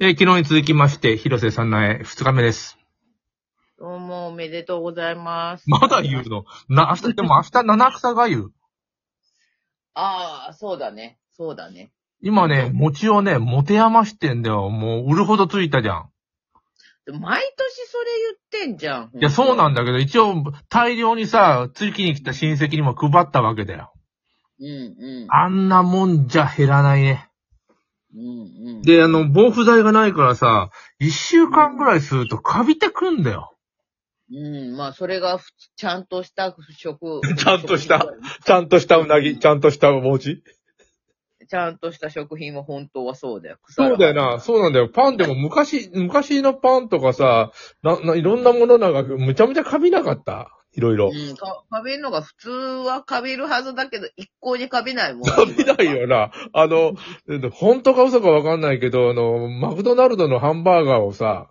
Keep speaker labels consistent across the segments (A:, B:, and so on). A: えー昨日に続きまして、広瀬さんなえ2日目です。
B: どうも、おめでとうございます。
A: まだ言うのな、明日、でも明日七草がゆ。
B: ああ、そうだね。そうだね。
A: 今ね、餅をね、持て余してんだよ。もう売るほどついたじゃん。
B: でも毎年それ言ってんじゃん。
A: いや、そうなん
B: だ。
A: だけど、一応大量にさ、つきに来た親戚にも配ったわけだよ。
B: うんう
A: あんなもんじゃ減らないね。
B: ん。うんうん。
A: で、あの、防腐剤がないからさ、一週間ぐらいするとカビてくんだよ。
B: うん、まあ、それがふつ、ちゃんとした食。
A: ちゃんとしたちゃんとしたうなぎ、ちゃんとしたお餅。
B: ちゃんとした食品は本当はそうだよ。腐
A: そ
B: ら
A: うだよな、。そうなんだよ。パンでも昔、昔のパンとかさ、な、な、いろんなものなんか、むちゃむちゃカビなかった。いろいろ。
B: うん、か、かべるのが普通はかべるはずだけど、一向にかべないもん。
A: カビないよな。あの、本当か嘘かわかんないけど、あの、マクドナルドのハンバーガーをさ、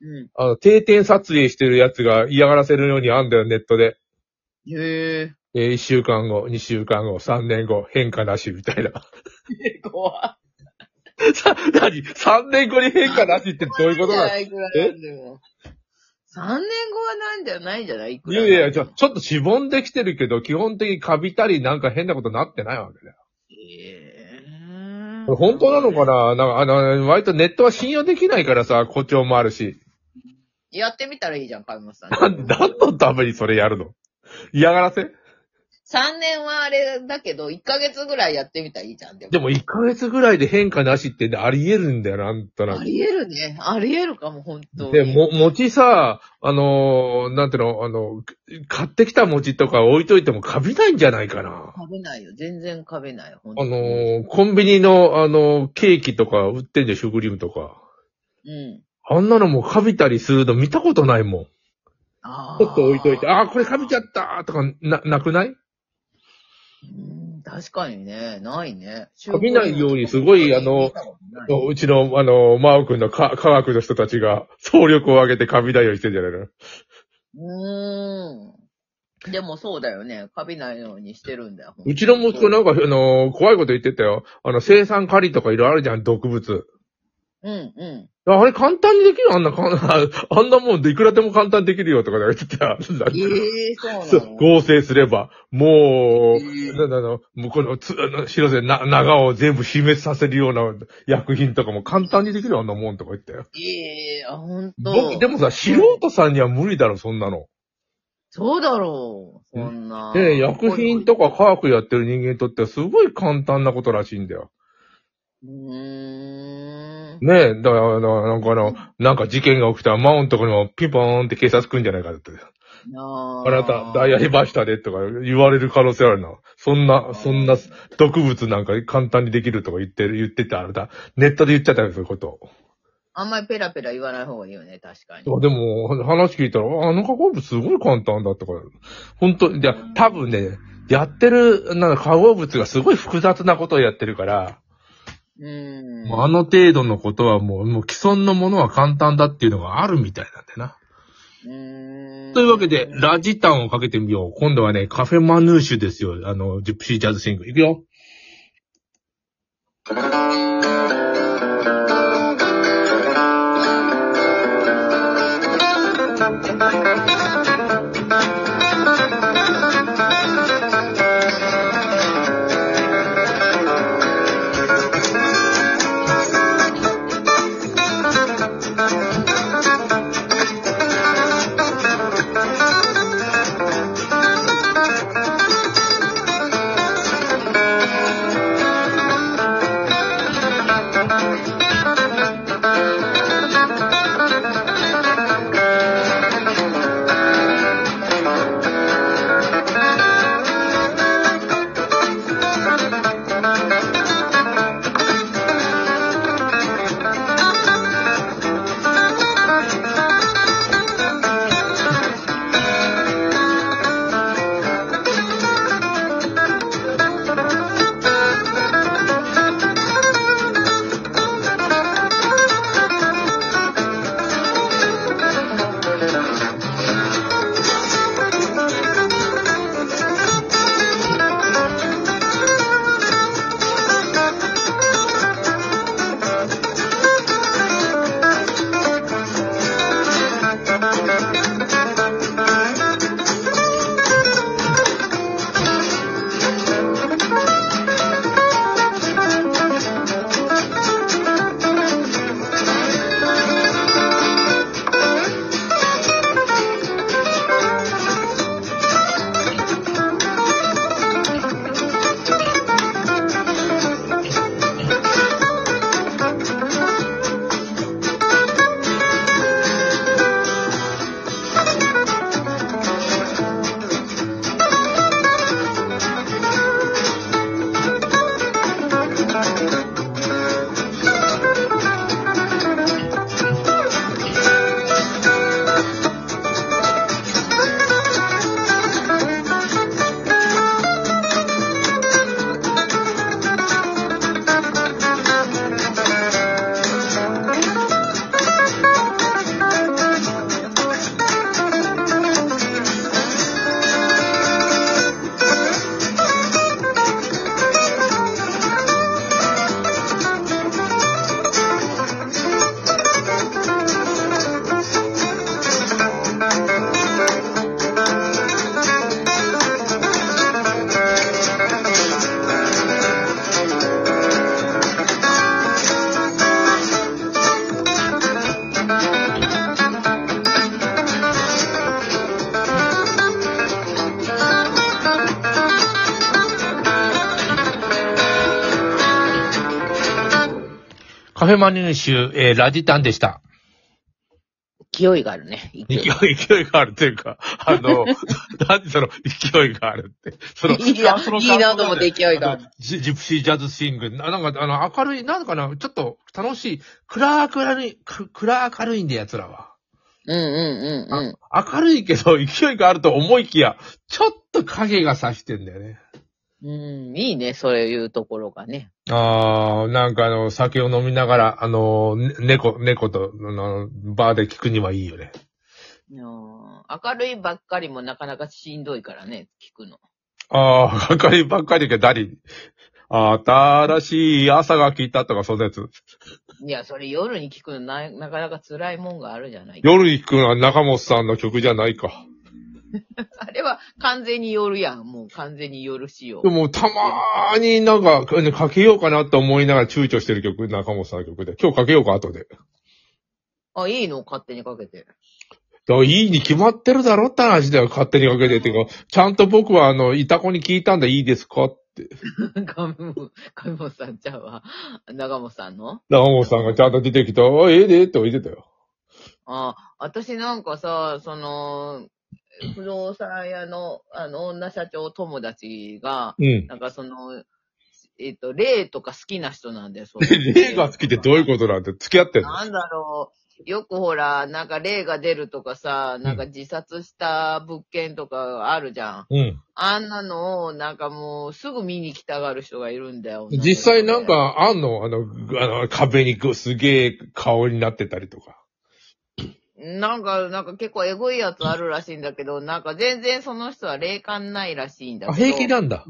B: う
A: あの、定点撮影してるやつが嫌がらせるようにあんだよ、ネットで。
B: ん。へえ。
A: えー、1週間後、2週間後、3年後、変化なし、みたいな。
B: 怖
A: さ、なに ?3 年後に変化なしってどういう
B: い
A: こと
B: じゃ
A: なの
B: ないぐらいなんだよ。3年後はなんじゃないんじゃないい く
A: い
B: らな
A: や
B: ん
A: い
B: で
A: や
B: も
A: いや、ちょ、ちょっとしぼんできてるけど、基本的にカビたりなんか変なことなってないわけだよ。
B: え
A: これ本当なのかなな
B: な
A: んか、あの、割とネットは信用できないからさ、誇張もあるし。
B: やってみたらいいじゃん、神本さん。
A: なん、何のためにそれやるの嫌がらせ
B: 3年はあれだけど、1ヶ月ぐらいやってみたらいいじゃん。でも
A: でも1ヶ月ぐらいで変化なしって、あり得るんだよ、なんとな
B: あ
A: く。
B: り得るね。あり得るかも、本当
A: で、
B: に。
A: も、餅さ、あのーなんていうの、あの、買ってきた餅とか置いといてもカビないんじゃないかな。
B: 食べないよ。全然食べないよ。本当
A: あ
B: に
A: のーコンビニの、あのーケーキとか売ってんじゃん、シュークリームとか。
B: うん。
A: あんなのもカビたりするの見たことないもん。ち
B: あー
A: ょっと置いといて、。ああー、これカビちゃったーとか、な、なくない
B: うん確かにね、ないね。
A: 食べないようにすごいあの
B: うん
A: うちの、あのー、マオ君のか科学の人たちが総力を上げてカビないようにしてんじゃないの
B: うーん。でもそうだよね。カビないようにしてるんだよ。
A: うちの息子なんか、あのー、怖いこと言ってたよ。あの、生産カリとかいろいろあるじゃん、毒物。
B: うんう
A: あれ簡単にできるあんな、かんあんなもんでいくらでも簡単にできるよとか言ってた。
B: ん。ええー、
A: そ
B: そうな
A: う
B: の
A: 合成すれば、もう、
B: えー
A: なんだあの、向こうのつ、あの、広瀬な、長尾を全部死滅させるような薬品とかも簡単にできるよ、あんなもんとか言ったよ。
B: ええあ、ほんと
A: 僕、。でもさ、素人さんには無理だろ、そんなの。
B: そうだろう。そんな。
A: で、薬品とか科学やってる人間にとってはすごい簡単なことらしいんだよ。
B: うーん。
A: ねえ、だから、あのなんかあの、なんか事件が起きたら、マオンとかにもピンポーンって警察来るんじゃないかって。
B: あ
A: あなた、ダイヤりましたねとか言われる可能性あるな。そんな、そんな毒物なんか簡単にできるとか言ってる、言ってた、あれだ。ネットで言っちゃったよ、そういうこと。
B: あんまりペラペラ言わない方がいいよね、確かに。
A: でも、話聞いたら、あの加工物すごい簡単だとか。本当いや、多分ね、やってる、なんか化合物がすごい複雑なことをやってるから、
B: うーん。
A: もうあの程度のことはもう、もう既存のものは簡単だっていうのがあるみたいなんだよな。
B: うーん。
A: というわけで、ラジタンをかけてみよう。今度はね、カフェマヌーシュですよ。あの、ジプシージャズシング。いくよ。
C: 「
A: フェマニューシュ、えーラジタンでした。
B: 勢いがあるね。勢
A: 勢
B: い。
A: い、 勢いがあるというか、あ の、何その勢いがあるって。その、
B: いいな、
A: あその
B: いいなと思って勢いが ある。
A: ジジプシージャズシング。ななんか、あの、明るい、なんかな、ちょっと楽しい。暗く明るい、く暗明るいんで、奴らは。
B: うんうんうんうん。
A: 明るいけど、勢いがあると思いきや、ちょっと影が差してんだよね。
B: うん、いいね、そういうところがね。
A: ああ、なんかあの、酒を飲みながら、あの、ね猫、猫と、あの、バーで聞くにはいいよね。
B: うん明るいばっかりもなかなかしんどいからね、聞くの。
A: ああ、明るいばっかりがダリ。新しい朝が来たとか、そんなやつ。
B: いや、それ夜に聞くのな、なかなか辛いもんがあるじゃない。
A: 夜に聞くのは中本さんの曲じゃないか。
B: あれは完全に夜やん。もう完全に夜仕様
A: で。も、たまーになんか、かけようかなと思いながら躊躇してる曲、中本さんの曲で。今日かけようか、後で。
B: あ、いいの勝手にかけて。
A: だ からいいに決まってるだろって話だよ、勝手にかけて。っていうか、ちゃんと僕はあの、いた子に聞いたんだ、いいですかって。
B: ガム、ガムさんちゃうわ。長本さんの
A: 中本さんがちゃんと出てきた、あ、ええでって言ってたよ。
B: あ、私なんかさ、その、不動産屋の、あの、女社長友達が、
A: うん。
B: なんかその、えっ、と、霊とか好きな人なんだよ、そう。
A: 霊が好きってどういうことなんて付き合ってんの
B: なんだろう。よくほら、なんか霊が出るとかさ、なんか自殺した物件とかあるじゃん。
A: うん。
B: あんなのを、なんかもうすぐ見に来たがる人がいるんだよ。
A: 実際なん。かあんのあの、あの、壁にこうすげえ顔になってたりとか。
B: なんか、なんか結構エグいやつあるらしいんだけど、なんか全然その人は霊感ないらしいんだけ
A: あ、
B: ど。
A: 平気なんだ。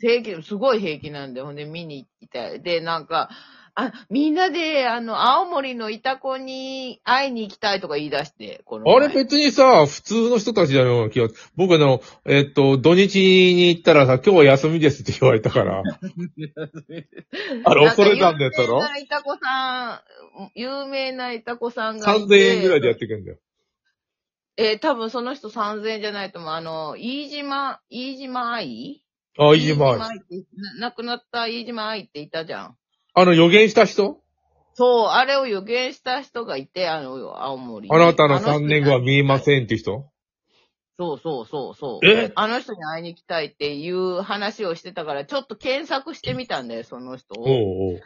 B: 平気、すごい平気なんだよ。ほんで、見に行った。で、なんか、あ、みんなで、あの、青森のいた子に会いに行きたいとか言い出して、この
A: あ
B: 前。
A: れ別にさ、普通の人たちだような気が、僕あの、えっと、土日に行ったらさ、今日は休みですって言われた から。あれ、恐れたんだやつだろ
B: なんか有名ないた子さん、有名ないた子さんがい
A: 3000
B: て。
A: 円ぐらいでやってくんだよ。
B: えー多分その人3000円じゃないと思う。あの、飯島、飯島愛
A: あ、いいまあ
B: 愛ってな亡くなった飯島愛っていたじゃん。
A: あの、予言した人
B: そう、あれを予言した人がいて、あの、青森に。
A: あなたの
B: あ人
A: 3年後は見えませんって人
B: そうそうそうそう。
A: え
B: あの人に会いに行きたいっていう話をしてたから、ちょっと検索してみたんだよ、その人
A: おう
B: を。
A: おう。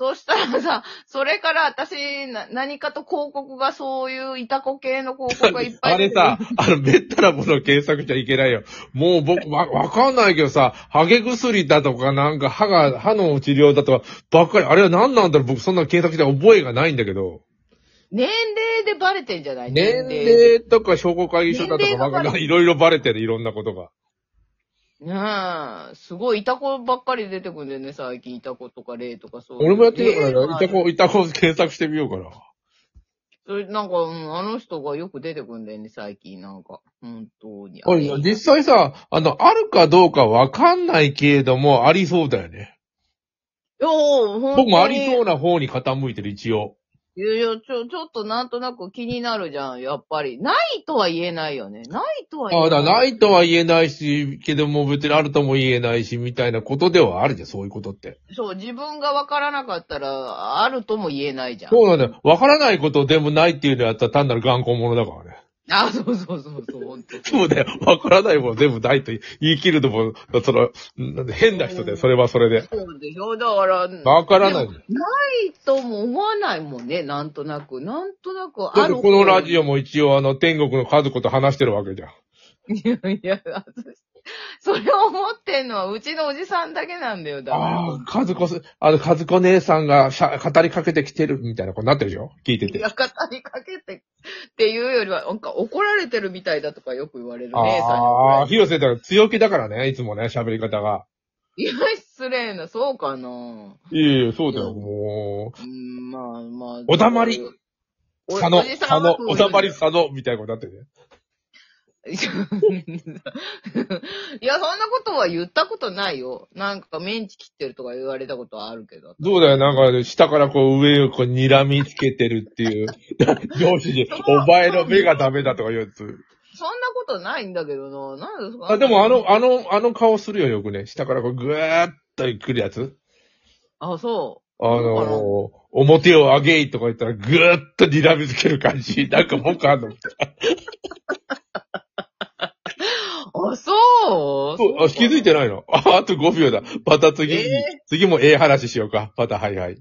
B: そうしたらさ、それから私、な何かと広告がそういういたこ系の広告がいっぱ い
A: あれさ、あの、めったらもの検索しちゃいけないよ。もう僕、わ、わかんないけどさ、ハゲ薬だとか、なんか歯が、歯の治療だとか、ばっかり、あれは何なんだろう僕そんな検索して覚えがないんだけど。
B: 年齢でバレてんじゃない
A: 年齢とか、証拠会議所だと
B: 年
A: か、
B: 齢がバレ
A: なんかいろいろバレてる、いろんなことが。
B: ねえ、すごい、いたこばっかり出てくんだよね、最近。いたことか、霊とかそういう。
A: 俺もやってるから
B: 霊が
A: よ、いたこ、いたこ検索してみようかな。
B: それ、なんか、うん、あの人がよく出てくんだよね、最近、なんか。本当に。
A: これ実際さ、あの、あるかどうかわかんないけれども、ありそうだよね。
B: よう、ほん
A: 僕もありそううな方に傾いてる、一応。
B: いやいや、ちょ、ちょっとなんとなく気になるじゃん、やっぱり。ないとは言えないよね。ないとは言
A: あ
B: え
A: あ、
B: ない。
A: だからないとは言えないし、けども別にあるとも言えないし、みたいなことではあるじゃん、そういうことって。
B: そう、自分がわからなかったら、あるとも言えないじゃん。
A: そうなんだよ。わからないことでもないっていうのやったら単なる頑固者だからね。
B: あ、そうそうそうそう、本当
A: そうだよ。わからないもの全部ないと言い切るのも、その、なんで変な人だよ、それはそれで。
B: そうでしょだから、ない
A: わからない。
B: とも思わないもんね、なんとなく。なんとなく、
A: だっ
B: あ
A: て
B: る。
A: このラジオも一応あの、天国の家族と話してるわけじゃん。
B: いやいや、私それを思ってんのは、うちのおじさんだけなんだよ、だから
A: ああ、和子す、あの、和子姉さんがしゃ語りかけてきてるみたいなことになってるでしょ聞いて
B: い
A: て。
B: や、語りかけてっていうよりは、なんか怒られてるみたいだとかよく言われるね、
A: ああ、
B: 最近。
A: 広瀬だから強気だからね、いつもね、喋り方が。
B: いや、失礼な、そうかな。
A: いえいえ、そうだよ、も
B: うん、まあまあ。
A: お黙りう。
B: お。
A: 佐野、
B: おじさ
A: 佐
B: んは
A: 野、
B: そう
A: お
B: 言う
A: だ まり佐野、みたいなことになってるね。
B: いや、そんなことは言ったことないよ。なんかメンチ切ってるとか言われたことはあるけど。
A: そうだよ、なんか、下からこう上をこう睨みつけてるって いう、上司に、お前の目がダメだとか言うやつ。
B: そんなことないんだけどな。なんですか
A: あ、でもあ。の、あの、あの顔するよ、よくね。下からこうぐーっと来るやつ。
B: あ、そう。
A: あの表を上げいとか言ったら、ぐーっと睨みつける感じ。なんか文句あんの
B: あ、そう
A: あ気づいてないのあ、あと5秒だ。また次に、
B: え
A: 次もええ話しようか。また、はいはい。